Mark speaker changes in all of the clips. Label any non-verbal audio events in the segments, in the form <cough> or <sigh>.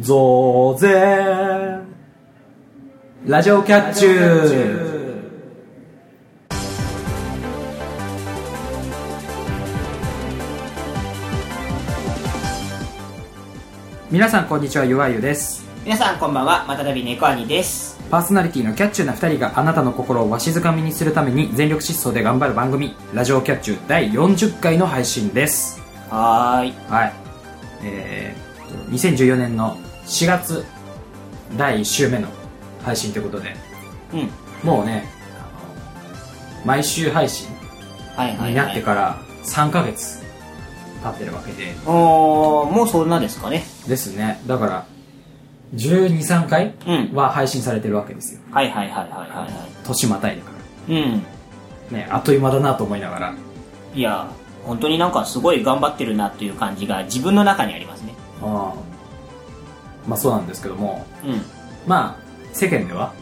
Speaker 1: 増税ラジオキャッチュー皆さんこんにちはゆわゆです
Speaker 2: 皆さんこんばんはまたたび猫兄です
Speaker 1: パーソナリティのキャッチューな2人があなたの心をわしづかみにするために全力疾走で頑張る番組「ラジオキャッチュー」第40回の配信です
Speaker 2: はーい
Speaker 1: はいえー、っと2014年の4月第1週目の配信ということで
Speaker 2: うん
Speaker 1: もうねあの毎週配信
Speaker 2: はいはい、はい、
Speaker 1: になってから3ヶ月経ってるわけで
Speaker 2: おーもうそんなですかね
Speaker 1: ですねだから123回
Speaker 2: うん
Speaker 1: は配信されてるわけですよ
Speaker 2: はいはいはいはいはいは
Speaker 1: 年またいだから
Speaker 2: いうん
Speaker 1: ね、あっという間だなと思いながら
Speaker 2: いや本当になんかすごい頑張ってるなっていう感じが自分の中にありますね
Speaker 1: あまあそうなんですけども
Speaker 2: うん
Speaker 1: まあ世間では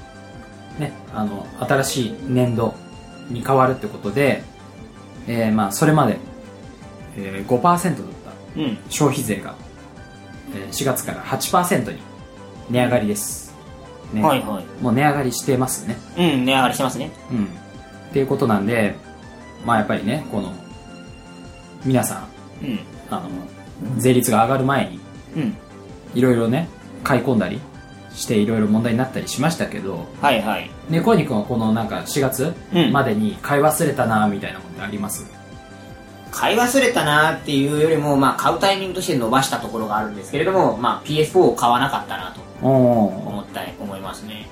Speaker 1: ねあの新しい年度に変わるってことで、えーまあそれまで、えー、5%だった
Speaker 2: うん
Speaker 1: 消費税が、えー4月から8%に値上がりです、ね
Speaker 2: はいは
Speaker 1: もう値上がりしてますね
Speaker 2: うん値上がりしてますね
Speaker 1: うんっていうことなんでまあやっぱりねこの皆さん
Speaker 2: うん
Speaker 1: あの税率が上がる前に
Speaker 2: うん
Speaker 1: いろいろね買い込んだりしていろいろ問題になったりしましたけど
Speaker 2: はいはい
Speaker 1: 猫兄君はこのなんか4月
Speaker 2: うん
Speaker 1: までに買い忘れたなみたいなもんってあります、
Speaker 2: 買い忘れたなっていうよりもまあ買うタイミングとして伸ばしたところがあるんですけれどもまあ PS4 を買わなかったなと
Speaker 1: お
Speaker 2: 思った思いますね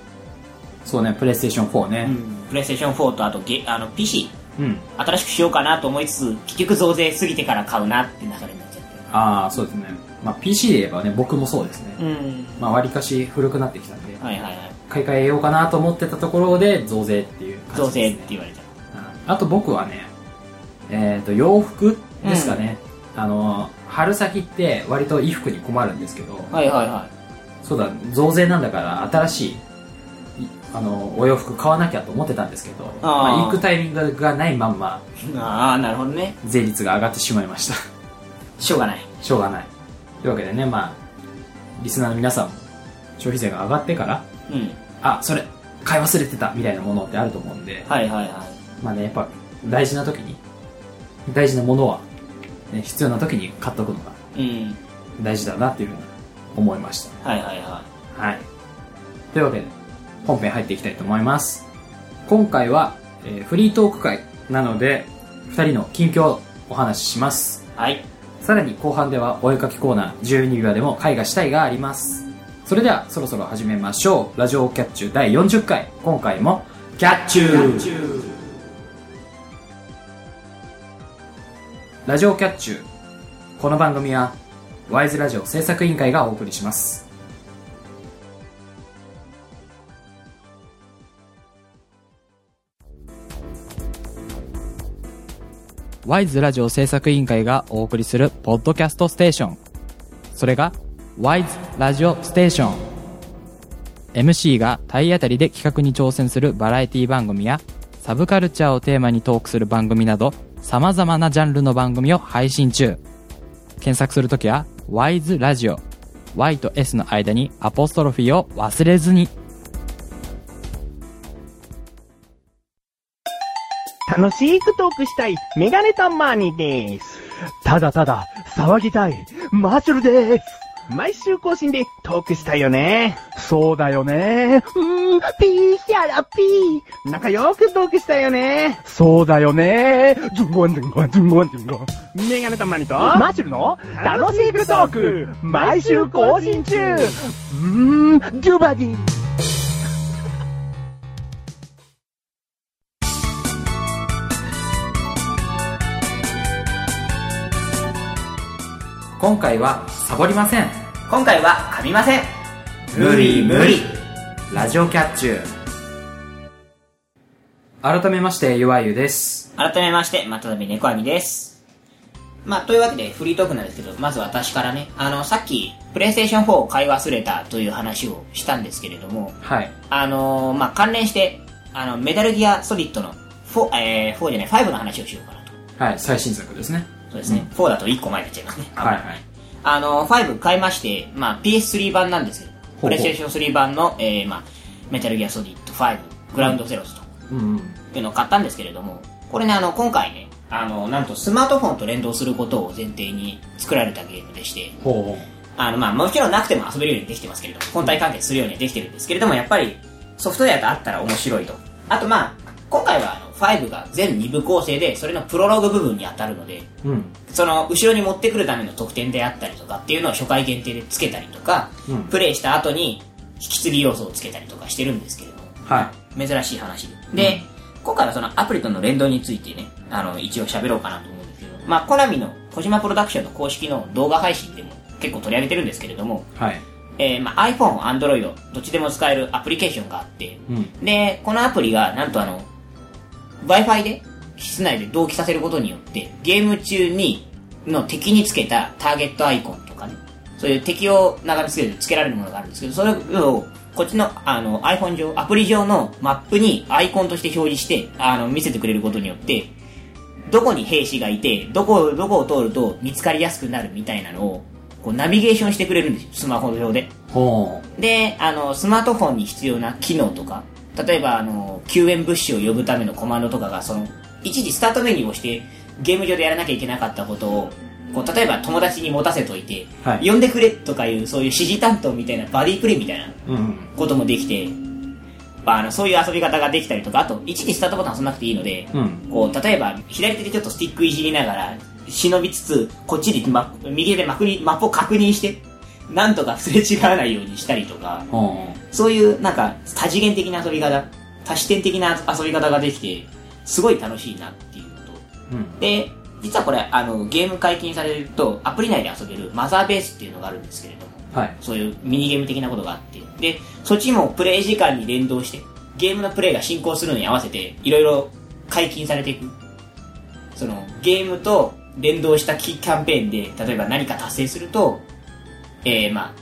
Speaker 1: そうねプレイステーション4
Speaker 2: う
Speaker 1: ね
Speaker 2: んプレイステーション4とあとゲあの PC
Speaker 1: うん、
Speaker 2: 新しくしようかなと思いつつ結局増税過ぎてから買うなって流れになっちゃって
Speaker 1: ああそうですね、まあ、PC で言えばね僕もそうですね、
Speaker 2: うん
Speaker 1: まあ割かし古くなってきたんで
Speaker 2: はいはいはい
Speaker 1: 買い替えようかなと思ってたところで増税っていう
Speaker 2: 増
Speaker 1: 感じ
Speaker 2: 税
Speaker 1: で
Speaker 2: っ
Speaker 1: す、
Speaker 2: て
Speaker 1: ね、
Speaker 2: 言われちゃ
Speaker 1: うんあと僕はねえっ、と洋服ですかね、あの春先って割と衣服に困るんですけど、
Speaker 2: うはいはいは
Speaker 1: そうだ、増税なんだから新しい、いあの、お洋服買わなきゃと思ってたんですけど、
Speaker 2: あー
Speaker 1: まあ、行くタイミングがないまんま、
Speaker 2: いああなるほどね
Speaker 1: 税率が上がってしまいました。 <laughs>
Speaker 2: しょうがない
Speaker 1: しょうがない。というわけでね、まあ、リスナーの皆さんも、消費税が上がってから、
Speaker 2: うん
Speaker 1: あ、それ、買い忘れてたみたいなものってあると思うんで、
Speaker 2: はいはいはい
Speaker 1: まあね、やっぱ、大事な時に、大事なものは、ね、必要な時に買っとくのが
Speaker 2: うん
Speaker 1: 大事だなっていうふうに思いました。
Speaker 2: はいはいは
Speaker 1: はい。というわけで、本編入っていきたいと思います。今回は、えーフリートーク会なので、2人の近況をお話しします。
Speaker 2: いはい
Speaker 1: さらに後半ではお絵かきコーナー12秒でも絵画したいがあります。それではそろそろ始めましょう。ラジオキャッチュ第40回。今回も、キャッチューラジオキャッチュー。この番組は、ワイズラジオ制作委員会がお送りします。ワイズラジオ制作委員会がお送りするポッドキャストステーション。それが、ワイズラジオステーション。MC が体当たりで企画に挑戦するバラエティ番組や、サブカルチャーをテーマにトークする番組など、様々なジャンルの番組を配信中。検索するときは、ワイズラジオ。Y と S の間にアポストロフィーを忘れずに。
Speaker 3: 楽しくトークしたい、メガネタマーニーです。ただただ、騒ぎたい、マッシュルです。毎週更新でトークしたいよね。そうだよね。うーん、ピーヒャラピー。仲良くトークしたいよね。そうだよね。ズンゴンズンゴンズンゴンズンゴン。メガネタマーニと、マッシュルの、楽しくトーク、毎週更新中。うーん、デュバディ。
Speaker 1: 今回はサボりません。
Speaker 2: 今回は噛みません
Speaker 1: 無理無理ラジオキャッチュー。改めまして、ゆわゆです。
Speaker 2: 改めましてまたたび猫兄ですまあ、というわけでフリートークなんですけど、まず私からね、あの、さっき、プレイステーション4を買い忘れたという話をしたんですけれども、
Speaker 1: はい。
Speaker 2: あのーまあ、関連して、あの、メタルギアソリッドの4、えー、4じゃない、5の話をしようかなと。
Speaker 1: はい、最新作ですね。
Speaker 2: そうですね。4だと1個前になっちゃいますね。
Speaker 1: はいはい。
Speaker 2: あの、5買いまして、まあ、PS3 版なんですけど、
Speaker 1: ほうほう
Speaker 2: プレイステーション3版の、えー、まあ、メタルギアソリッド5、グラウンドゼロスと
Speaker 1: うん。
Speaker 2: いうのを買ったんですけれども、これね、あの、今回ね、あの、なんとスマートフォンと連動することを前提に作られたゲームでして、
Speaker 1: ほ
Speaker 2: あの、まあ、もちろんなくても遊べるようにできてますけれども、本体関係するようにはできてるんですけれども、やっぱりソフトウェアがあったら面白いと。あと、まあ、今回はあの5が全2部構成で、それのプロローグ部分に当たるので、
Speaker 1: う。うん。
Speaker 2: その後ろに持ってくるための特典であったりとかっていうのを初回限定でつけたりとか、
Speaker 1: うん
Speaker 2: プレイした後に引き継ぎ要素をつけたりとかしてるんですけれども、
Speaker 1: は
Speaker 2: 珍しい話で。で、今回はそのアプリとの連動についてね、あの、一応喋ろうかなと思うんですけど、まあ、コナミの小島プロダクションの公式の動画配信でも結構取り上げてるんですけれども、
Speaker 1: い。はい。
Speaker 2: えー、まあ、iPhone、Android、どっちでも使えるアプリケーションがあって、
Speaker 1: うん。
Speaker 2: で、このアプリが、なんとあの、Wi-Fi で、室内で同期させることによって、ゲーム中に、の敵につけたターゲットアイコンとかね、そういう敵を眺めつける、つけられるものがあるんですけど、それを、こっちの、あの、iPhone 上、アプリ上のマップにアイコンとして表示して、あの、見せてくれることによって、どこに兵士がいて、どこ、どこを通ると見つかりやすくなるみたいなのを、こう、ナビゲーションしてくれるんですよ、スマホ上で。
Speaker 1: ほ
Speaker 2: で、あの、スマートフォンに必要な機能とか、例えば、あの、救援物資を呼ぶためのコマンドとかが、その、一時スタートメニューをして、ゲーム上でやらなきゃいけなかったことを、こう、例えば友達に持たせといて、
Speaker 1: はい
Speaker 2: 呼んでくれとかいう、そういう指示担当みたいな、バディプレイみたいな
Speaker 1: う。うん。
Speaker 2: こともできて、まあ、あの、そういう遊び方ができたりとか、あと、一時スタートボタン押さなくていいので、
Speaker 1: うん。
Speaker 2: こう、例えば、左手でちょっとスティックいじりながら、忍びつつ、こっちで、ま、右手でマップにマップを確認して、なんとかすれ違わないようにしたりとか、
Speaker 1: ほ
Speaker 2: そういう、なんか、多次元的な遊び方、多視点的な遊び方ができて、すごい楽しいなっていうのと。
Speaker 1: う。うん。
Speaker 2: で、実はこれ、あの、ゲーム解禁されると、アプリ内で遊べるマザーベースっていうのがあるんですけれども、
Speaker 1: はい。
Speaker 2: そういうミニゲーム的なことがあって。で、そっちもプレイ時間に連動して、ゲームのプレイが進行するのに合わせて、いろいろ解禁されていく。その、ゲームと連動したキキャンペーンで、例えば何か達成すると、えー、まあ、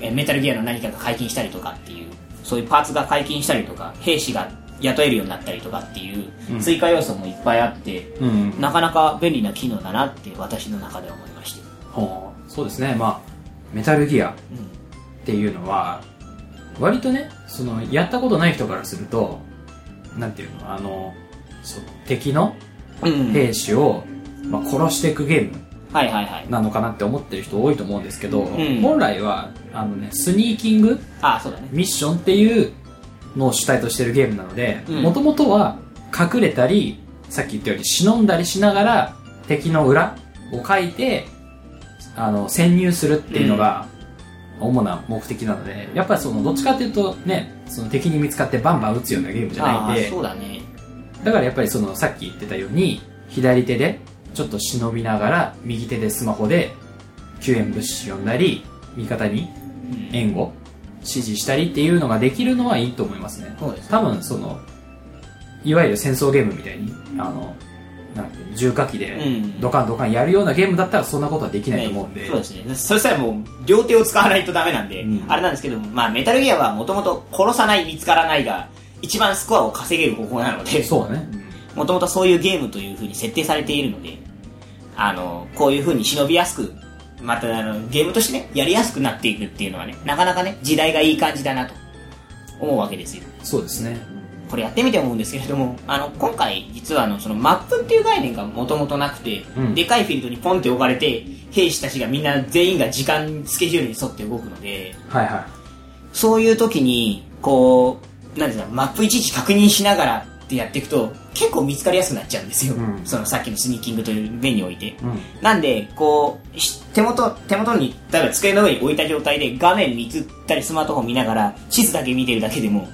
Speaker 2: えーメタルギアの何かが解禁したりとかっていう、そういうパーツが解禁したりとか、兵士が雇えるようになったりとかっていう
Speaker 1: う、ん
Speaker 2: 追加要素もいっぱいあって、
Speaker 1: うん。
Speaker 2: なかなか便利な機能だなって私の中では思いまして。
Speaker 1: ほう。そうですね。まあ、メタルギアっていうのは、割とね、その、やったことない人からすると、なんていうの、あの、その敵の
Speaker 2: うん。うん。
Speaker 1: 兵士を、まあ、殺していくゲーム
Speaker 2: はいはいはい。
Speaker 1: なのかなって思ってる人多いと思うんですけど、
Speaker 2: うん
Speaker 1: 本来はあの、ね、スニーキング
Speaker 2: あ、そうだね。
Speaker 1: ミッションっていうのを主体としてるゲームなので
Speaker 2: うん
Speaker 1: もともとは隠れたりさっき言ったように忍んだりしながら敵の裏を書いてあの潜入するっていうのが主な目的なので、やっぱりそのどっちかっていうとねその敵に見つかってバンバン撃つようなゲームじゃないん
Speaker 2: あー
Speaker 1: で
Speaker 2: そうだね
Speaker 1: だからやっぱりそのさっき言ってたように左手でちょっと忍びながら右手でスマホで救援物資呼んだり味方に援護指示したりっていうのができるのはいいと思いますね
Speaker 2: そうですね
Speaker 1: 多分そのいわゆる戦争ゲームみたいにあのなんていうの重火器で
Speaker 2: うん
Speaker 1: ドカンドカンやるようなゲームだったらそんなことはできないと思うんで、
Speaker 2: ねそうですねそしたらもう両手を使わないとダメなんで、
Speaker 1: うん
Speaker 2: あれなんですけどまあメタルギアはもともと殺さない見つからないが一番スコアを稼げる方法なので
Speaker 1: そうだね、
Speaker 2: もともとそういうゲームというふうに設定されているのであのこういうふうに忍びやすくまたあのゲームとしてねやりやすくなっていくっていうのはねなかなかね時代がいい感じだなと思うわけですよ
Speaker 1: そうですね
Speaker 2: これやってみて思うんですけれども、あの、今回、実はあの、そのマップっていう概念がもともとなくて、
Speaker 1: うん
Speaker 2: でかいフィールドにポンって置かれて、兵士たちがみんな全員が時間、スケジュールに沿って動くので、
Speaker 1: はいは
Speaker 2: そういう時に、こう、なんていうの、マップいちいち確認しながらってやっていくと、結構見つかりやすくなっちゃうんですよ。
Speaker 1: うん
Speaker 2: そのさっきのスニーキングという面において。
Speaker 1: い、うん、
Speaker 2: なんで、こう、し手元、手元に、例えば机の上に置いた状態で画面見つったりスマートフォン見ながら、地図だけ見てるだけでも、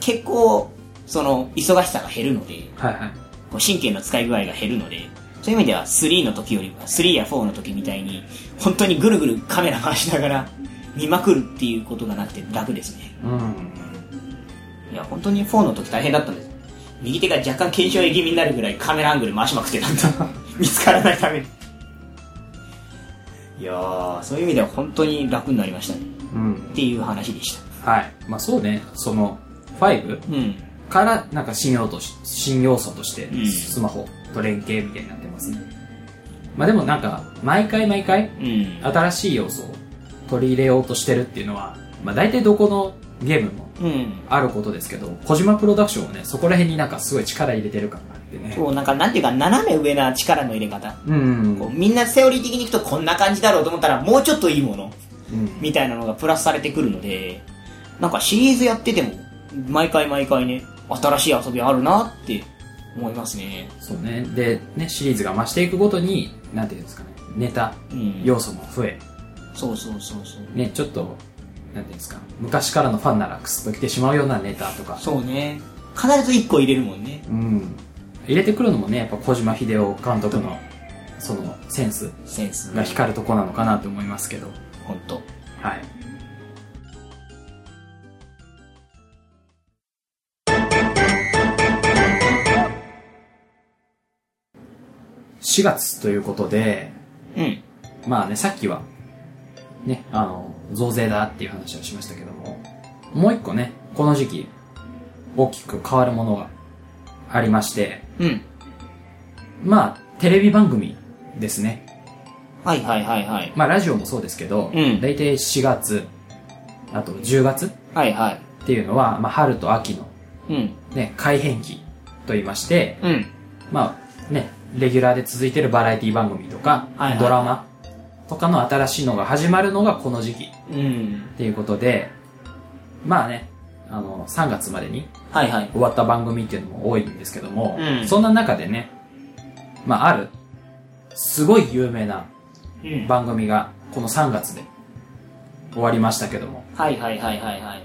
Speaker 2: 結構、その、忙しさが減るので、
Speaker 1: はいはい
Speaker 2: こう神経の使い具合が減るので、そういう意味では3の時よりは、3や4の時みたいに、本当にぐるぐるカメラ回しながら、見まくるっていうことがなくて楽ですね。
Speaker 1: うん
Speaker 2: いや、本当に4の時大変だったんです。右手が若干検証絵気味になるぐらいカメラアングル回しまくってたん <laughs> だ。見つからないために。いやー、そういう意味では本当に楽になりましたね。
Speaker 1: うん
Speaker 2: っていう話でした。
Speaker 1: はいまあそうねその5
Speaker 2: うん。
Speaker 1: からなんか新要素とし新要素として
Speaker 2: うん
Speaker 1: スマホと連携みたいになってますね、まあでもなんか、毎回毎回、
Speaker 2: うん。
Speaker 1: 新しい要素を取り入れようとしてるっていうのは、まあ大体どこのゲームも
Speaker 2: うん。
Speaker 1: あることですけど、小島プロダクションはね、そこら辺になんかすごい力入れてる感があってね。
Speaker 2: そう、なんか、なんていうか、斜め上な力の入れ方。
Speaker 1: うんうんう。
Speaker 2: こうんみんなセオリー的にいくとこんな感じだろうと思ったら、もうちょっといいもの、
Speaker 1: うん
Speaker 2: みたいなのがプラスされてくるので、なんかシリーズやってても、毎回毎回ね、新しい遊びあるなって思いますね。
Speaker 1: そうね。で、ね、シリーズが増していくごとに、なんていうんですかね、ネタ、
Speaker 2: うん。
Speaker 1: 要素も増え、
Speaker 2: そうそうそうそう。
Speaker 1: ね、ちょっと、なんていうんですか、昔からのファンならクスッと来てしまうようなネタとか、
Speaker 2: そうね。必ず1個入れるもんね。
Speaker 1: うん。入れてくるのもね、やっぱ小島秀夫監督の、その、センス
Speaker 2: センス
Speaker 1: が光るとこなのかなと思いますけど、
Speaker 2: ほんと。
Speaker 1: はい。4月ということで、
Speaker 2: うん。
Speaker 1: まあね、さっきは、ね、あの、増税だっていう話をしましたけども、もう一個ね、この時期、大きく変わるものがありまして、
Speaker 2: うん。
Speaker 1: まあ、テレビ番組ですね。
Speaker 2: はいはいはいはい。
Speaker 1: まあ、ラジオもそうですけど、
Speaker 2: うん
Speaker 1: 大体4月、あと10月っ
Speaker 2: はいはい。
Speaker 1: ていうのは、まあ、春と秋の
Speaker 2: うん。
Speaker 1: ね、改変期と言いまして、
Speaker 2: うん。
Speaker 1: まあ、ね、レギュラーで続いてるバラエティ番組とか、
Speaker 2: はいはい
Speaker 1: ドラマとかの新しいのが始まるのがこの時期
Speaker 2: うん。
Speaker 1: っていうことで、まあね、あの、3月までに
Speaker 2: はいはい。
Speaker 1: 終わった番組っていうのも多いんですけども、
Speaker 2: うん
Speaker 1: そんな中でね、まあある、すごい有名な
Speaker 2: うん。
Speaker 1: 番組がこの3月で終わりましたけども、
Speaker 2: はいはいはいはいはい。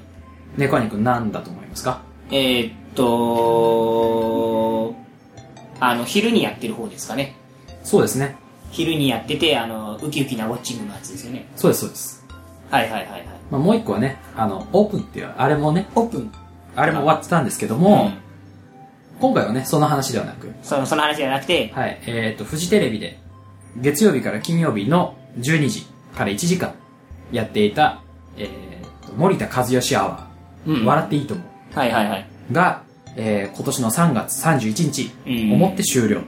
Speaker 1: 猫兄くん何だと思いますか
Speaker 2: えー、っと、あの、昼にやってる方ですかね。
Speaker 1: そうですね。
Speaker 2: 昼にやってて、あの、ウキウキなウォッチングのやつですよね。
Speaker 1: そうです、そうです。
Speaker 2: はいはいはいはい。
Speaker 1: まあもう一個はね、あの、オープンっていう、あれもね、
Speaker 2: オープン。
Speaker 1: あれも終わってたんですけど
Speaker 2: う
Speaker 1: も、
Speaker 2: ん。
Speaker 1: 今回はね、その話ではなく、
Speaker 2: その、その話じゃなくて、
Speaker 1: はい、えっ、と、フジテレビで、月曜日から金曜日の12時から1時間やっていた、えっ、と、森田和義アワ
Speaker 2: う
Speaker 1: ー、笑っていいと思
Speaker 2: はいはいはい。
Speaker 1: う、が、えー今年の3月31日
Speaker 2: うん
Speaker 1: をもって終了と。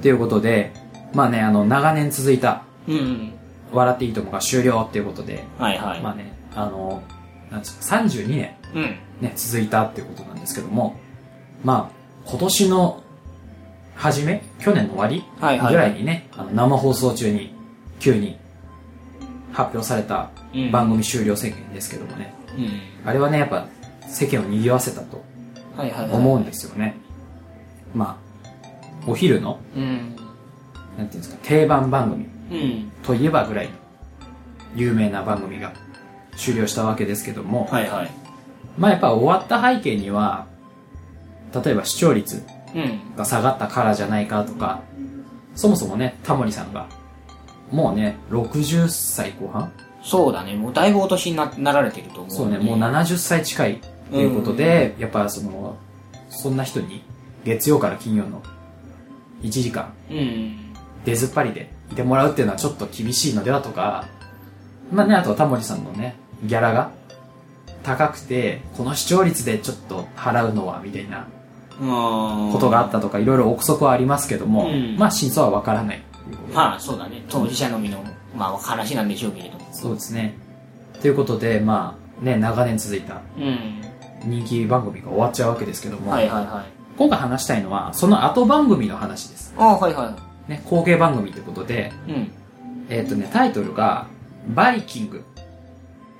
Speaker 1: ということで、まあね、あの、長年続いた、
Speaker 2: うんうん。
Speaker 1: 笑っていいともが終了っていうことで、
Speaker 2: はいはい。
Speaker 1: まあね、あの、なんつうか、32年、
Speaker 2: うん。
Speaker 1: ね、続いたっていうことなんですけども、まあ、今年の初め、去年の終わり
Speaker 2: はいはい
Speaker 1: ぐらいにね、あの生放送中に急に発表された
Speaker 2: うん
Speaker 1: 番組終了宣言ですけどもね、
Speaker 2: うん。
Speaker 1: あれはね、やっぱ世間を賑わせたと
Speaker 2: はいはいはい。
Speaker 1: 思うんですよね。まあ、お昼の、
Speaker 2: うん。
Speaker 1: なんていうんですか、定番番組
Speaker 2: うん。
Speaker 1: といえばぐらいの有名な番組が終了したわけですけども、
Speaker 2: はいはい。
Speaker 1: まあやっぱ終わった背景には、例えば視聴率
Speaker 2: うん。
Speaker 1: が下がったからじゃないかとか、そもそもね、タモリさんが、もうね、60歳後半
Speaker 2: そうだね。もうだいぶお年にななられてると思う。
Speaker 1: そうね、もう70歳近いということで、やっぱその、そんな人に、月曜から金曜の1時間、
Speaker 2: うん。
Speaker 1: 出ずっぱりでいてもらうっていうのはちょっと厳しいのではとか、まあね、あとはタモリさんのね、ギャラが高くて、この視聴率でちょっと払うのは、みたいな
Speaker 2: うん。
Speaker 1: ことがあったとか、いろいろ憶測はありますけども、
Speaker 2: うん
Speaker 1: まあ真相はわからないということで
Speaker 2: まあそうだね。当事者のみの、まあ話なんでしょうけれども。
Speaker 1: そうですね。ということで、まあ、ね、長年続いた
Speaker 2: うん。
Speaker 1: 人気番組が終わっちゃうわけですけども、
Speaker 2: はいはいはい。
Speaker 1: 今回話したいのは、その後番組の話です。
Speaker 2: ああ、はいは
Speaker 1: ね、後継番組ってことで、
Speaker 2: い。うん。
Speaker 1: えっ、とね、タイトルが、バイキング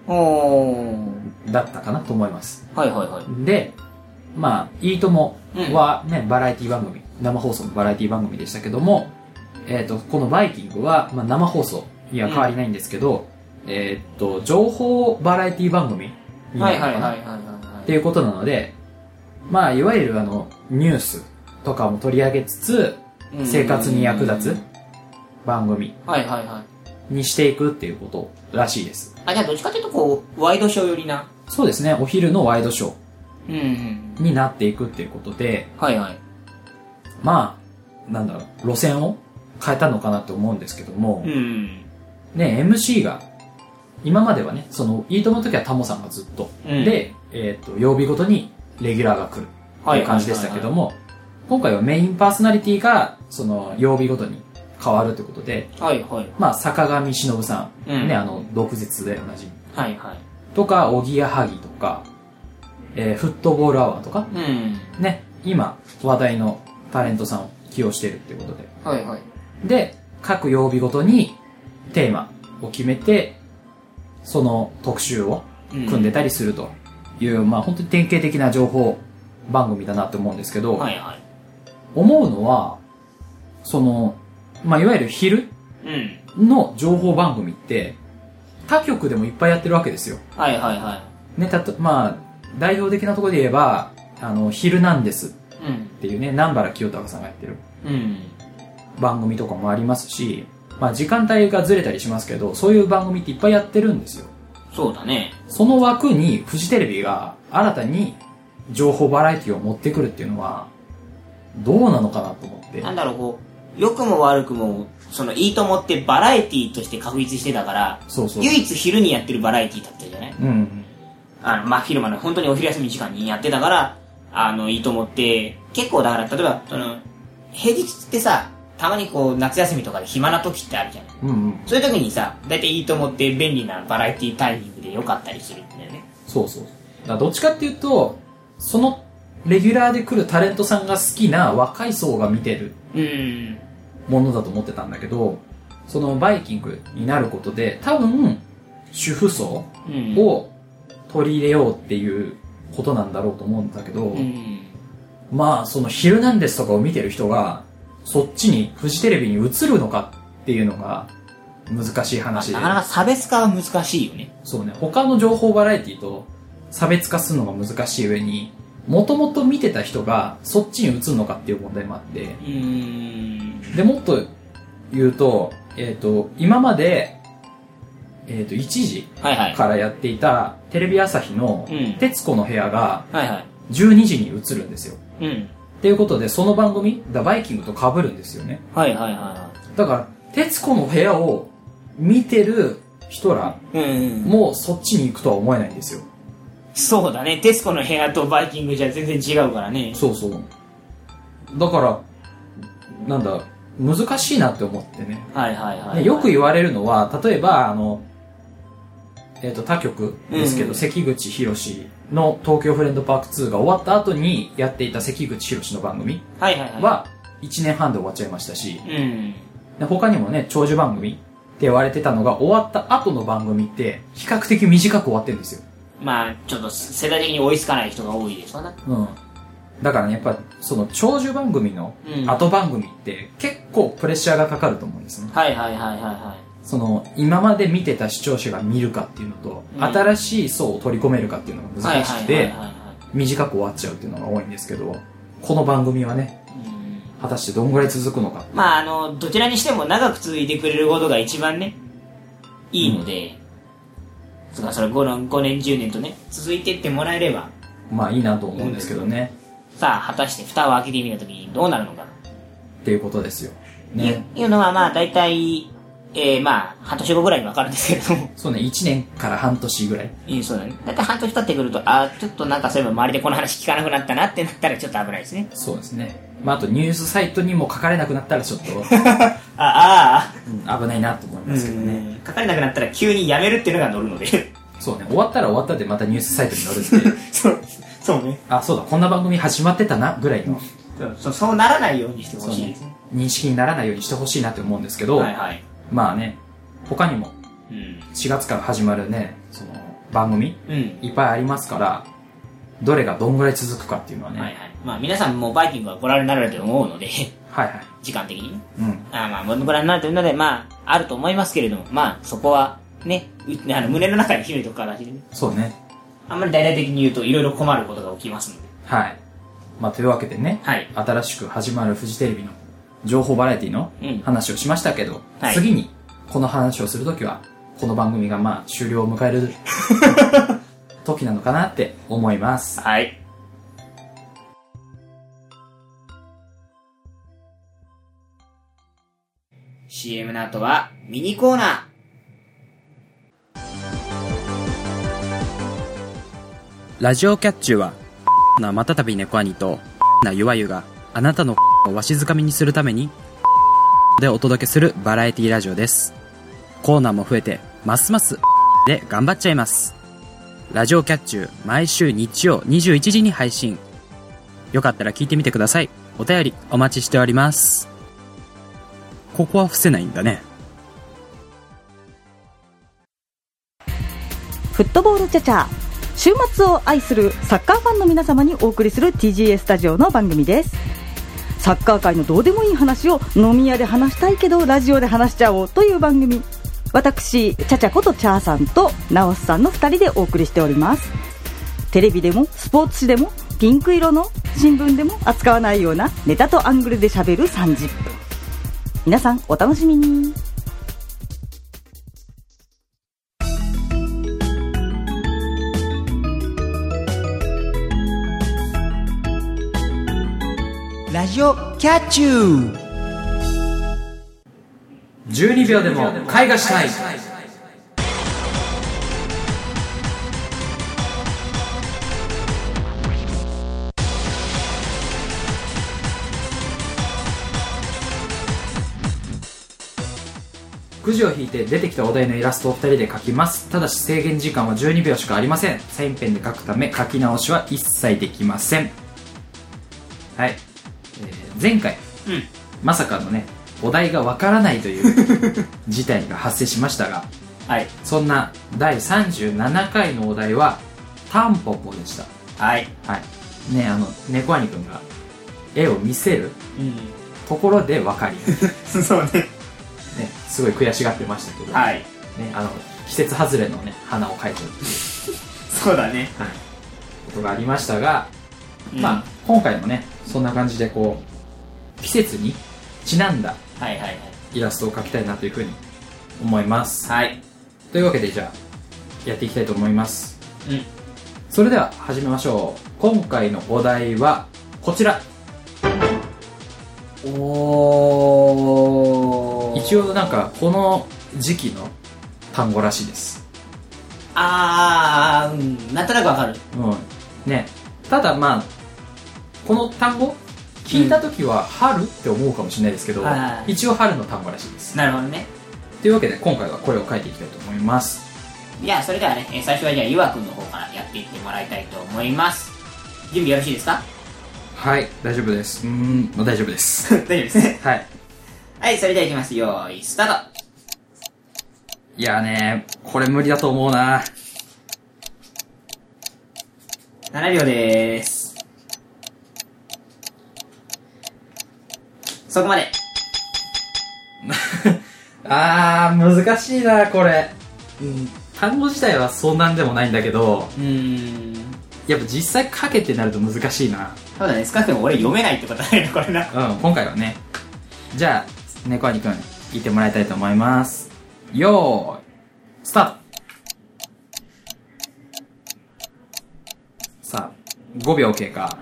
Speaker 2: おー。
Speaker 1: だったかなと思います。
Speaker 2: はいはいはい。
Speaker 1: で、まあ、いいともはね、バラエティ番組、生放送のバラエティ番組でしたけども、えっ、と、このバイキングは、まあ、生放送には変わりないんですけど、えっ、と、情報バラエティ番組にな
Speaker 2: は
Speaker 1: る
Speaker 2: い
Speaker 1: のかな
Speaker 2: はいはいはいは
Speaker 1: っ
Speaker 2: い
Speaker 1: ていうことなので、まあ、いわゆるあの、ニュースとかも取り上げつつ、
Speaker 2: うん。
Speaker 1: 生活に役立つ番組
Speaker 2: はいはいはい。
Speaker 1: にしていくっていうことらしいです。
Speaker 2: あ、じゃあどっちかというとこう、ワイドショー寄りな。
Speaker 1: そうですね、お昼のワイドショ
Speaker 2: うんうん。
Speaker 1: ーになっていくっていうことで、
Speaker 2: はいはい。
Speaker 1: まあ、なんだろう、路線を変えたのかなと思うんですけども、
Speaker 2: ん。
Speaker 1: ね、MC が、今まではね、その、いいともの時はタモさんがずっと、
Speaker 2: うん
Speaker 1: で、えっ、と、曜日ごとにレギュラーが来る。っていう感じでしたけども、今回はメインパーソナリティが、その、曜日ごとに変わるということで、
Speaker 2: はいはい。
Speaker 1: まあ、坂上忍さん、
Speaker 2: うん
Speaker 1: ね、あの、毒舌でおなじみ。
Speaker 2: はいはい。
Speaker 1: とか、おぎやはぎとか、えーフットボールアワーとか、
Speaker 2: うん。
Speaker 1: ね、今、話題のタレントさんを起用してるってことで。
Speaker 2: はいはい。
Speaker 1: で、各曜日ごとにテーマを決めて、その特集を組んでたりするという、まあ本当に典型的な情報番組だなって思うんですけど、
Speaker 2: はいは
Speaker 1: 思うのは、その、まあいわゆる昼
Speaker 2: い。うん。
Speaker 1: の情報番組って、他局でもいっぱいやってるわけですよ。
Speaker 2: はいはいは
Speaker 1: ね、たと、まあ、代表的なところで言えば、あの、昼なんですっ
Speaker 2: い。うん。
Speaker 1: ていうね、南原清隆さんがやってる
Speaker 2: うん。
Speaker 1: 番組とかもありますし、まあ時間帯がずれたりしますけど、そういう番組っていっぱいやってるんですよ。
Speaker 2: そうだね。
Speaker 1: その枠にフジテレビが新たに情報バラエティを持ってくるっていうのは、どうなのかなと思って。
Speaker 2: なんだろう、こう、良くも悪くも、その、いいともってバラエティとして確立してたから、
Speaker 1: そうそう。
Speaker 2: 唯一昼にやってるバラエティだったじゃない
Speaker 1: うん。
Speaker 2: あの、真っ昼間の本当にお昼休み時間にやってたから、あの、いいと思って、結構だから、例えば、その、平日ってさ、たまにこう、夏休みとかで暇な時ってあるじゃない
Speaker 1: うんうん。
Speaker 2: そういう時にさ、だいたいいいと思って便利なバラエティタイミングで良かったりするんだよね。
Speaker 1: そうそう。だからどっちかっていうと、そのレギュラーで来るタレントさんが好きな若い層が見てる
Speaker 2: うん。
Speaker 1: ものだと思ってたんだけど、そのバイキングになることで、多分、主婦層
Speaker 2: うん。
Speaker 1: を取り入れようっていうことなんだろうと思うんだけど、
Speaker 2: うん。
Speaker 1: まあ、その、ヒルナンデスとかを見てる人が、そっちに、フジテレビに移るのかっていうのが、難しい話で
Speaker 2: な。かなか差別化は難しいよね。
Speaker 1: そうね、他の情報バラエティと差別化するのが難しい上に、もともと見てた人が、そっちに移るのかっていう問題もあって、
Speaker 2: うん。
Speaker 1: で、もっと言うと、えっ、と、今まで、えっ、と、1時
Speaker 2: はいはい。
Speaker 1: からやっていた、テレビ朝日の
Speaker 2: うん、
Speaker 1: 徹子の部屋が、
Speaker 2: はいは
Speaker 1: 12時に移るんですよ。
Speaker 2: い。うん。
Speaker 1: っていうことで、その番組、ダバイキングと被るんですよね。
Speaker 2: はいはいは
Speaker 1: だから、徹子の部屋を見てる人ら
Speaker 2: いはい。うん。
Speaker 1: もうそっちに行くとは思えないんですよ。
Speaker 2: そうだね。テスコの部屋とバイキングじゃ全然違うからね。
Speaker 1: そうそう。だから、なんだ、難しいなって思ってね。
Speaker 2: はいはいは
Speaker 1: で
Speaker 2: い。
Speaker 1: よく言われるのは、例えば、あの、えっ、と、他局ですけど、
Speaker 2: うん
Speaker 1: 関口博士の東京フレンドパーク2が終わった後にやっていた関口博士の番組
Speaker 2: はいはいはい。、
Speaker 1: は、1年半で終わっちゃいましたし、
Speaker 2: うん。
Speaker 1: で他にもね、長寿番組って言われてたのが、終わった後の番組って、比較的短く終わってるんですよ。
Speaker 2: まあ、ちょっと世代的に追いつかない人が多いですわな。
Speaker 1: うん。だからね、やっぱ、その長寿番組の
Speaker 2: うん
Speaker 1: 後番組って、結構プレッシャーがかかると思うんですね。
Speaker 2: はいはいはいはいは
Speaker 1: その、今まで見てた視聴者が見るかっていうのと、
Speaker 2: うん
Speaker 1: 新しい層を取り込めるかっていうの
Speaker 2: い。
Speaker 1: が難しくて、
Speaker 2: はいはいはい
Speaker 1: 短く終わっちゃうっていうのが多いんですけど、この番組はね、
Speaker 2: はいはいうん
Speaker 1: 果たしてどんぐらい続くのか。
Speaker 2: まあ、あの、どちらにしても長く続いてくれることが一番ね、いいので、つうかそれ 5, 5年10年とね、続いてってもらえれば、
Speaker 1: まあいいなと思うんですけどね。
Speaker 2: さあ、果たして蓋を開けてみたときにどうなるのか。
Speaker 1: っていうことですよ。
Speaker 2: い
Speaker 1: ね
Speaker 2: う。いうのはまあ、大体、えー、まあ、半年後ぐらいにわかるんですけれども。
Speaker 1: そうね、1年から半年ぐらい。
Speaker 2: うん、そうだね。だいたい半年経ってくると、あーちょっとなんかそういえば周りでこの話聞かなくなったなってなったらちょっと危ないですね。
Speaker 1: そうですね。まあ、あとニュースサイトにも書かれなくなったらちょっと、
Speaker 2: あ、あ
Speaker 1: うん危ないなと思い
Speaker 2: あ、
Speaker 1: ますけどね。
Speaker 2: ね。書かれなくなったら急にやめるっていうのが乗るので。
Speaker 1: そうね、終わったら終わったでまたニュースサイトに載るって、
Speaker 2: そう、そうね。
Speaker 1: あ、そうだ、こんな番組始まってたな、ぐらいの、
Speaker 2: そうそうそうならないようにしてほ
Speaker 1: そう
Speaker 2: しい
Speaker 1: ね
Speaker 2: ですね。、
Speaker 1: 認識にならないようにしてほしいなって思うんですけど、
Speaker 2: はいはい。
Speaker 1: まあね、他にも
Speaker 2: うん。
Speaker 1: 4月から始まるね、その、番組、
Speaker 2: うん。
Speaker 1: いっぱいありますから、どれがどんぐらい続くかっていうのはね、
Speaker 2: は
Speaker 1: はいい、
Speaker 2: はい。まあ皆さんもバイキングはご覧になられてると思うので、 <laughs>
Speaker 1: はい
Speaker 2: 時間的にね。
Speaker 1: うん。
Speaker 2: あーまあ、ご覧になるというので、まあ、あると思いますけれども、まあ、そこは、ね、うあの胸の中に秘めとく形でね、
Speaker 1: そうね、
Speaker 2: あんまり大々的に言うと、いろいろ困ることが起きますので。
Speaker 1: はい。まあ、というわけでね、
Speaker 2: はい。
Speaker 1: 新しく始まるフジテレビの情報バラエティの
Speaker 2: うん
Speaker 1: 話をしましたけど、
Speaker 2: はい
Speaker 1: 次にこの話をするときは、この番組がまあ終了を迎える
Speaker 2: <laughs>
Speaker 1: 時なのかなって思います。
Speaker 2: はい。CM の後は、ミニコーナ
Speaker 4: ラジオキャッチュは、なまたたび猫兄と、なゆわゆがあなたのをわしづかみにするために、
Speaker 5: でお届けするバラエティラジオです。コーナーも増えて、ますますで頑張っちゃいます。ラジオキャッチュー毎週日曜21時に配信。よかったら聞いてみてください。お便りお待ちしております。ここは伏せないんだね。
Speaker 6: フットボールチャチャ週末を愛するサッカーファンの皆様にお送りする TGA スタジオの番組ですサッカー界のどうでもいい話を飲み屋で話したいけどラジオで話しちゃおうという番組私チャチャことチャーさんとナオスさんの2人でお送りしておりますテレビでもスポーツ紙でもピンク色の新聞でも扱わないようなネタとアングルで喋る30分皆さんお楽しみに
Speaker 7: ラジオキャッチュー
Speaker 1: 12秒でも絵画したいくじを引いて出てきたお題のイラストを2人で描きますただし制限時間は12秒しかありませんサインペンで描くため描き直しは一切できませんはい、えー前回
Speaker 2: うん。
Speaker 1: まさかのねお題がわからないという
Speaker 2: <laughs>
Speaker 1: 事態が発生しましたが
Speaker 2: はい。
Speaker 1: そんな第37回のお題は「タンポポ」でした
Speaker 2: はい。
Speaker 1: はいねあの猫兄くんが絵を見せる
Speaker 2: う
Speaker 1: ところでわ
Speaker 2: <laughs>
Speaker 1: かり、ね、
Speaker 2: ん。そうね。
Speaker 1: すごい悔しがってましたけど、
Speaker 2: はい。
Speaker 1: ね、あの季節外れのね花を描いちゃうっていう
Speaker 2: そうだね。
Speaker 1: ことがありましたが、まあ
Speaker 2: ま
Speaker 1: 今回もねそんな感じでこう季節にちなんだ
Speaker 2: あ。はいはいはい。
Speaker 1: イラストを描きたいなというふうに思います
Speaker 2: はい。
Speaker 1: というわけでじゃあやっていきたいと思います
Speaker 2: うん。
Speaker 1: それでは始めましょう今回のお題はこちら
Speaker 2: お
Speaker 1: 一
Speaker 2: 応。
Speaker 1: 応なんかこの時期の単語らしいです
Speaker 2: あー、うん。なんとなくわかる。
Speaker 1: うんねただまあこの単語聞いた時は春って思うかもしれないですけど、
Speaker 2: はい
Speaker 1: 一応春の単語らしいです
Speaker 2: なるほどね。
Speaker 1: というわけで今回はこれを書いていきたいと思います
Speaker 2: じゃあ、それではね、えー最初はじゃあ、ゆわくんの方からやっていってもらいたいと思います。準備よろしいですか
Speaker 1: はい大丈夫ですうーん大丈夫です
Speaker 2: <laughs> 大丈夫ですね。
Speaker 1: はい
Speaker 2: <laughs> はい、それではいきます。よーい、スタート
Speaker 1: いやーねこれ無理だと思うな
Speaker 2: !7 秒でーす。そこまで。
Speaker 1: <laughs> あー難しいなこれ、うん、単語自体はそんなんでもないんだけど
Speaker 2: うーん。
Speaker 1: やっぱ実際書けってなると難しいな
Speaker 2: そうだね、少なくとも俺読めないってことだよね、これな。
Speaker 1: うん今回はねじゃあ猫兄くん言ってもらいたいと思いますよーいスタートさあ5秒経過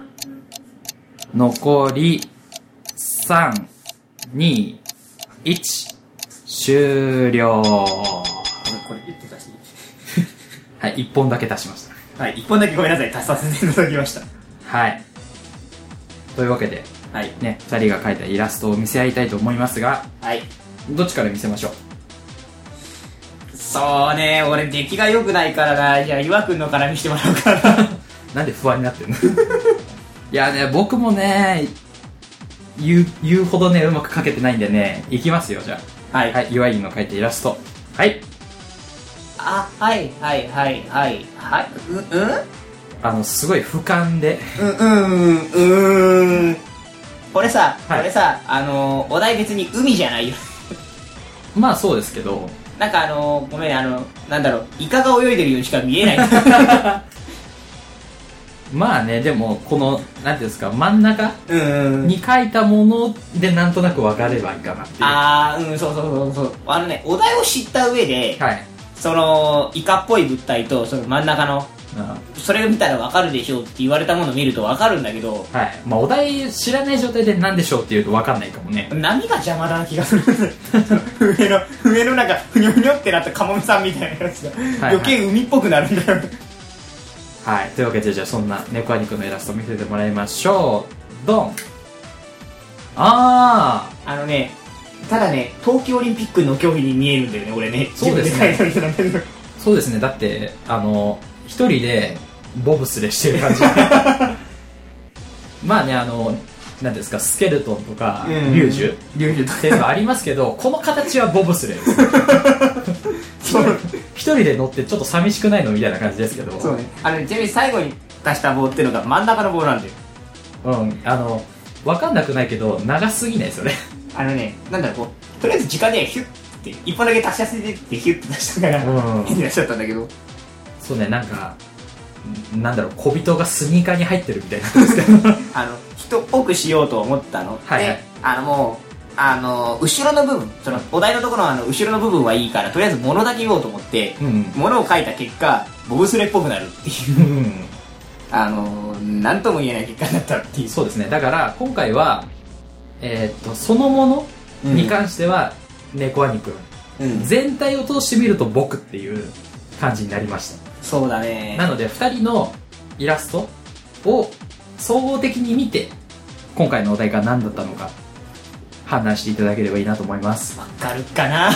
Speaker 1: 残り321終了
Speaker 2: これ言ってたし。
Speaker 1: はい1本だけ足しました
Speaker 2: はい、一本だけごめんなさい、足させていただきました。
Speaker 1: はい。というわけで、
Speaker 2: はい。
Speaker 1: ね、2人が描いたイラストを見せ合いたいと思いますが、
Speaker 2: はい。
Speaker 1: どっちから見せましょう
Speaker 2: そうね、俺出来が良くないからな。じゃあ、ゆわくんのから見してもらおうか <laughs> な。
Speaker 1: なんで不安になってるの <laughs> いやね、僕もね、言う、言うほどね、うまく描けてないんでね、いきますよ、じゃ
Speaker 2: は
Speaker 1: あ。はい、岩井の描いたイラスト。はい。
Speaker 2: あ、はい、はい、はい、はい、はい、う
Speaker 1: あの、すごい俯瞰で、
Speaker 2: ん、うん、うん、うん、うん。これさ、
Speaker 1: はい
Speaker 2: これさ、あのー、お題別に海じゃないよ。 <laughs>
Speaker 1: まあそうですけど、 <laughs>
Speaker 2: なんかあのー、ごめん、あの、なんだろう、イカが泳いでるようにしか見えない。
Speaker 1: まあね、でも、この、なんていうんですか、真ん中
Speaker 2: <laughs> うん
Speaker 1: に描いたもので、なんとなく分かればいいかなっていう。
Speaker 2: あー、うん、そうそうそうそう。あのね、お題を知った上で、
Speaker 1: はい。
Speaker 2: その、イカっぽい物体と、その真ん中の、
Speaker 1: うん
Speaker 2: それ見たらわかるでしょうって言われたものを見るとわかるんだけど、
Speaker 1: はい。まあ、お題知らない状態で何でしょうっていうと分かんないかもね。
Speaker 2: 波が邪魔だな気が <laughs> する上の上のなんかふにょふにょってなったカモメさんみたいなやつが、
Speaker 1: はい
Speaker 2: 余計海っぽくなるんだよ
Speaker 1: はい。というわけで、じゃあそんな猫アニくんのイラスト見せてもらいましょう。ドンあ
Speaker 2: あのねただね冬季オリンピックの競技に見えるんだよね俺ね
Speaker 1: そうですね
Speaker 2: 自分で書いたりする
Speaker 1: そうですねだってあの一人でボブスレしてる感じ <laughs> まあねあのなんですかスケルトンとかリ
Speaker 2: うん
Speaker 1: ュージュっ
Speaker 2: 流儀と
Speaker 1: ていうのはありますけどこの形はボブスレです
Speaker 2: そう
Speaker 1: 一人で乗ってちょっと寂しくないのみたいな感じですけど
Speaker 2: そうねあのちなみに最後に足した棒っていうのが真ん中の棒なんだよ
Speaker 1: うんあの分かんなくないけど長すぎないですよね
Speaker 2: あのねなんだろうこうとりあえず時間でヒュッて一本だけ足しやすいでってヒュッて出したから、
Speaker 1: うん
Speaker 2: 変に出しちゃったんだけど
Speaker 1: そうねなんかんなんだろう小人がスニーカーに入ってるみたいなんですけど
Speaker 2: あの人っぽくしようと思ったの、
Speaker 1: はいはい
Speaker 2: であのもうあの後ろの部分そのお題のところのあの後ろの部分はいいからとりあえず物だけ言おうと思って、
Speaker 1: うん
Speaker 2: 物を書いた結果ボブスレっぽくなるっ
Speaker 1: <laughs>
Speaker 2: ていう
Speaker 1: うん
Speaker 2: あの何とも言えない結果になったっていう
Speaker 1: そうですねだから今回は、えーっとそのものに関しては猫兄くん、
Speaker 2: うん
Speaker 1: 全体を通してみると僕っていう感じになりました
Speaker 2: そうだね
Speaker 1: なので2人のイラストを総合的に見て今回のお題が何だったのか判断していただければいいなと思います
Speaker 2: わかる
Speaker 1: <laughs>
Speaker 2: かな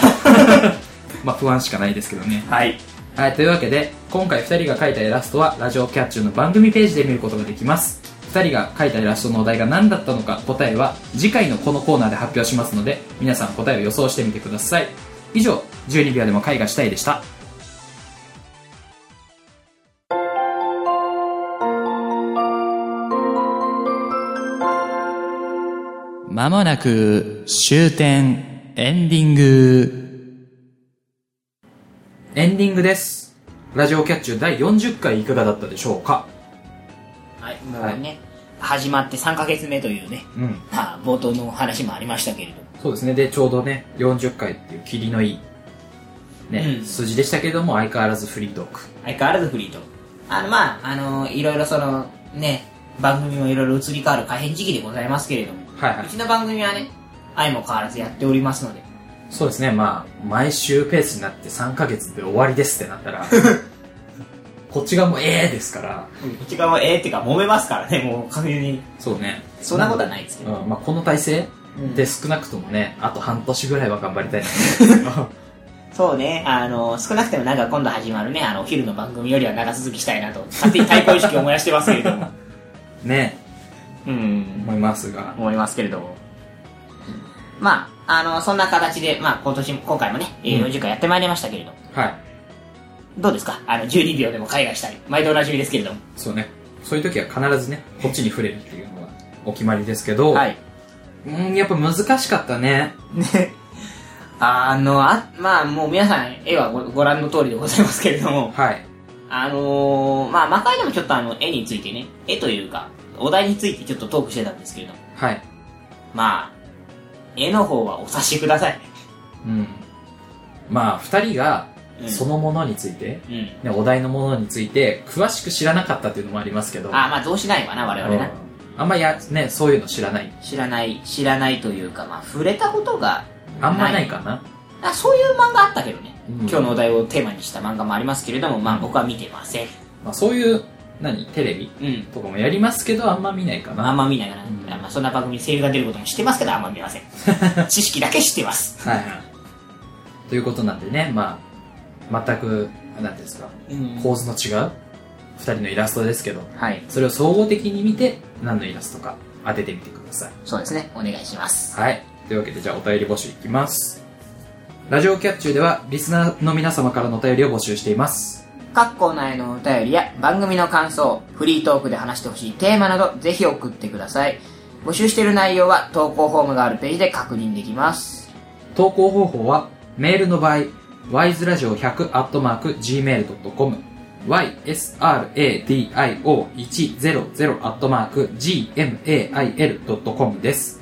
Speaker 1: まあ不安しかないですけどね
Speaker 2: はい
Speaker 1: はい、というわけで今回2人が描いたイラストはラジオキャッチューの番組ページで見ることができます2人が描いたイラストのお題が何だったのか答えは次回のこのコーナーで発表しますので皆さん答えを予想してみてください以上12秒でも絵画したいでした
Speaker 8: まもなく終点エンディング。
Speaker 1: エンディングですラジオキャッチュー第40回いかがだったでしょうか
Speaker 2: はいもうね、始まって3ヶ月目というね
Speaker 1: うん
Speaker 2: まあ冒頭の話もありましたけれど
Speaker 1: そうですねでちょうどね40回っていう霧のいいね、
Speaker 2: うん
Speaker 1: 数字でしたけれども相変わらずフリートーク
Speaker 2: 相変わらずフリートあのまああのいろいろそのね番組もいろいろ移り変わる可変時期でございますけれども
Speaker 1: はいはいう
Speaker 2: ちの番組はね愛も変わらずやっておりますので
Speaker 1: そうですね、まあ、毎週ペースになって3ヶ月で終わりですってなった
Speaker 2: <laughs>
Speaker 1: ら、こっちがもうええですから、
Speaker 2: こっち側はええってか揉めますからねもう確実に
Speaker 1: そうね。
Speaker 2: そんなことはないですけ
Speaker 1: う
Speaker 2: ど、
Speaker 1: ん、まあ、この体制
Speaker 2: うん
Speaker 1: で少なくともね、あと半年ぐらいは頑張りたいな
Speaker 2: そうねあの少なくてもなんか今度始まるねあのお昼の番組よりは長続きしたいなと勝手に対抗意識を燃やしてますけれども
Speaker 1: ね、
Speaker 2: <laughs> うん
Speaker 1: 思いますが。
Speaker 2: 思いますけれどもまああのそんな形で、まあ、今年も今回もね営業時間やってまいりましたけれども、
Speaker 1: はい。
Speaker 2: どうですかあの12秒でも海外したい毎度おなじみですけれども
Speaker 1: そうね。そういう時は必ずね、こっちに触れるっていうのがお決まりですけど、
Speaker 2: はい
Speaker 1: うん、やっぱ難しかったね。
Speaker 2: あのあまあもう皆さん絵はごご覧の通りでございますけれども <laughs>
Speaker 1: はい。
Speaker 2: あのー、まあ魔界でもちょっとあの絵についてね絵というかお題についてちょっとトークしてたんですけれども
Speaker 1: はい。
Speaker 2: まあ絵の方はお察しください
Speaker 1: う
Speaker 2: <laughs>
Speaker 1: ん。まあ、二人が
Speaker 2: うん
Speaker 1: そのものについて、
Speaker 2: うん
Speaker 1: ね、お題のものについて詳しく知らなかったっていうのもありますけど
Speaker 2: あまあどうしないわな我々な
Speaker 1: うんあんまや、ね、そういうの知らない
Speaker 2: 知らない知らないというかまあ触れたことが
Speaker 1: あんまないかな
Speaker 2: あそういう漫画あったけどね、
Speaker 1: うん
Speaker 2: 今日のお題をテーマにした漫画もありますけれどもまあ僕は見てません
Speaker 1: まあ、そういう何テレビ
Speaker 2: うん
Speaker 1: とかもやりますけどあんま見ないかな、
Speaker 2: あんま見ないかな、
Speaker 1: ん
Speaker 2: まあ、そんな番組に声優が出ることも知ってますけどあんま見ま
Speaker 1: <laughs>
Speaker 2: せん知識だけ知ってます
Speaker 1: はいはいということなんでねまあ全く何ていうんですか構図の違う2人のイラストですけど
Speaker 2: はい
Speaker 1: それを総合的に見て何のイラストか当ててみてください
Speaker 2: そうですねお願いします
Speaker 1: はい。というわけで、じゃあお便り募集いきます。ラジオキャッチューでは、リスナーの皆様からのお便りを募集しています。
Speaker 2: 各コーナーへのお便りや番組の感想フリートークで話してほしいテーマなどぜひ送ってください募集している内容は投稿フォームがあるページで確認できます
Speaker 1: 投稿方法は、メールの場合、wiseradio100-gmail.com、ysradio100-gmail.com です。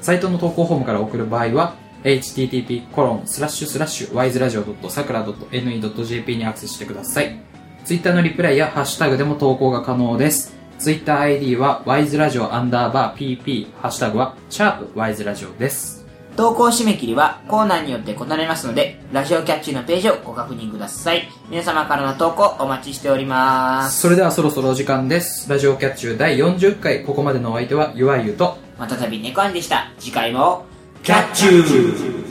Speaker 1: サイトの投稿フォームから送る場合は、http://wiseradio.sakura.ne.jp にアクセスしてください。ツイッターのリプライやハッシュタグでも投稿が可能です。ツイッター ID は wiseradio アンダーバー pp、ハッシュタグはシャープ wiseradio です。
Speaker 2: 投稿締め切りはコーナーによって異なりますのでラジオキャッチのページをご確認ください皆様からの投稿お待ちしております
Speaker 1: それではそろそろお時間です。ラジオキャッチュー第40回、ここまでのお相手はゆわゆと、
Speaker 2: またたびネコアンでした次回もキャッチュー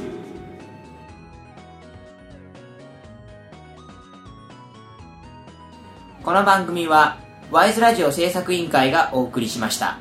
Speaker 2: この番組はワイズラジオ制作委員会がお送りしました。